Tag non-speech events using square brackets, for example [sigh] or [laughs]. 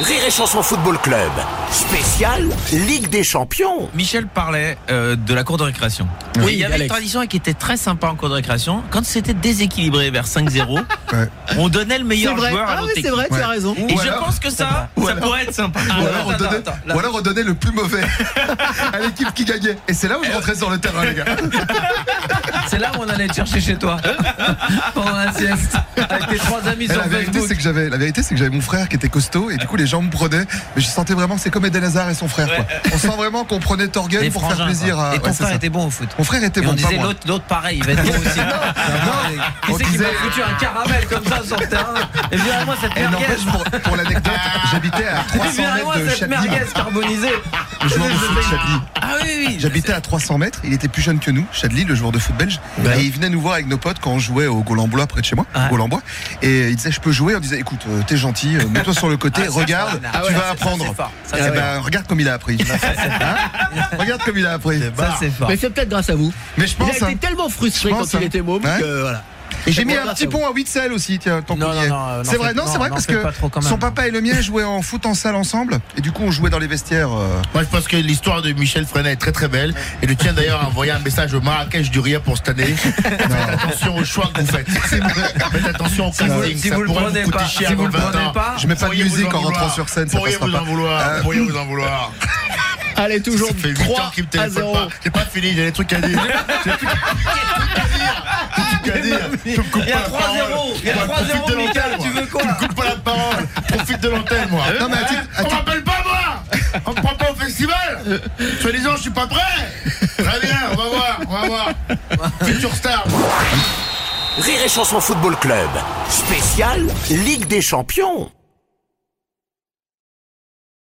Rire et Chanson Football Club, spécial Ligue des Champions. Michel parlait euh, de la cour de récréation. Oui, Et il y avait Alex. une tradition qui était très sympa en cour de récréation. Quand c'était déséquilibré vers 5-0, [laughs] Ouais. on donnait le meilleur C'est vrai. joueur à Ah l'autre oui, équipe. c'est vrai, tu Ouais. as raison. Et Ou je alors- pense que ça, ça pourrait être sympa. Ou Ah, alors, on attends, donnait, attends, ou alors on donnait le plus mauvais [laughs] à l'équipe qui gagnait. Et c'est là où je rentrais sur le [laughs] terrain, les gars. C'est là où on allait te chercher chez [laughs] toi. Pendant la sieste. Avec tes trois amis Et sur la vérité, Facebook. c'est que j'avais, la vérité, c'est que j'avais mon frère qui était costaud et du coup les gens me prenaient. Mais je sentais vraiment, que c'est comme Eden Hazard et son frère. quoi. On sent vraiment qu'on prenait Torgen Les pour faire frangins, plaisir. quoi. À... Et ton ouais, c'est frère ça. était bon au foot. Mon frère était Et bon, on pas disait moi. l'autre, l'autre pareil, il va être bon aussi. Qui on c'est qui m'a disait- foutu un caramel comme ça sur le terrain Et viens à moi cette Et merguez. n'empêche, pour, [laughs] pour l'anecdote, j'habitais à Et 300 viens à moi mètres de cette Châtelis. merguez carbonisée. Je joueur de foot de Châtelis. Ah oui, oui. J'habitais à 300 mètres, il était plus jeune que nous, Chadli, le joueur de foot belge, Ben. et il venait nous voir avec nos potes quand on jouait au Golambois près de chez moi, Ouais. Golambois, et il disait je peux jouer, on disait écoute, euh, t'es gentil, euh, mets-toi sur le côté, Ah, ça, regarde, c'est fort, là. tu Ah ouais, vas ça, apprendre. c'est fort. Ça, Eh c'est ben, regarde comme il [laughs] a appris. Hein regarde comme il a appris. Bah, Ça, c'est fort. Mais c'est peut-être grâce à vous. Mais je Il a pense, hein. été tellement frustré Je quand pense, il hein. était môme Ouais. que voilà. et j'ai mis Bon, un grâce petit à vous. pont à Witzel aussi, tiens, tant Non, qu'on y non, est. non, euh, n'en C'est vrai, faites- non, c'est non, vrai n'en parce faites que pas trop quand même. son papa et le mien jouaient en foot en salle ensemble, et du coup on jouait dans les vestiaires. euh, Moi, je pense que l'histoire de Michel Freinet est très très belle. Et le tien d'ailleurs a envoyé un message au Marrakech du Rire pour [laughs] cette année. Faites attention aux choix que vous faites. Faites attention au Si vous- casting. si ça vous le pourrait prenez vous coûter pas- cher si vous dans le 20 prenez ans. pas- Je mets pas de Pourriez vous musique en en rentrant vouloir. sur scène, ça Pourriez passera vous en pas. Euh, vouloir. Pourriez vous en [laughs] vouloir. Allez, toujours Ça fait 8 ans 3 qu'il me à téléphone 0. pas. J'ai pas fini, j'ai des trucs à dire. J'ai des trucs à dire. J'ai des trucs à dire. Je me coupe Il y a pas la 3-0, parole. il y a Ouais, 3-0, profite de Mickaël, l'antenne, tu moi. veux quoi Tu me coupes pas la parole. Profite de l'antenne, moi. Non, mais à titre- à On titre- m'appelle pas, moi On me prend pas au festival Soit les gens, je suis pas prêt Très bien, on va voir, on va voir. Future star, moi. Rire et Chanson Football Club, spécial Ligue des Champions.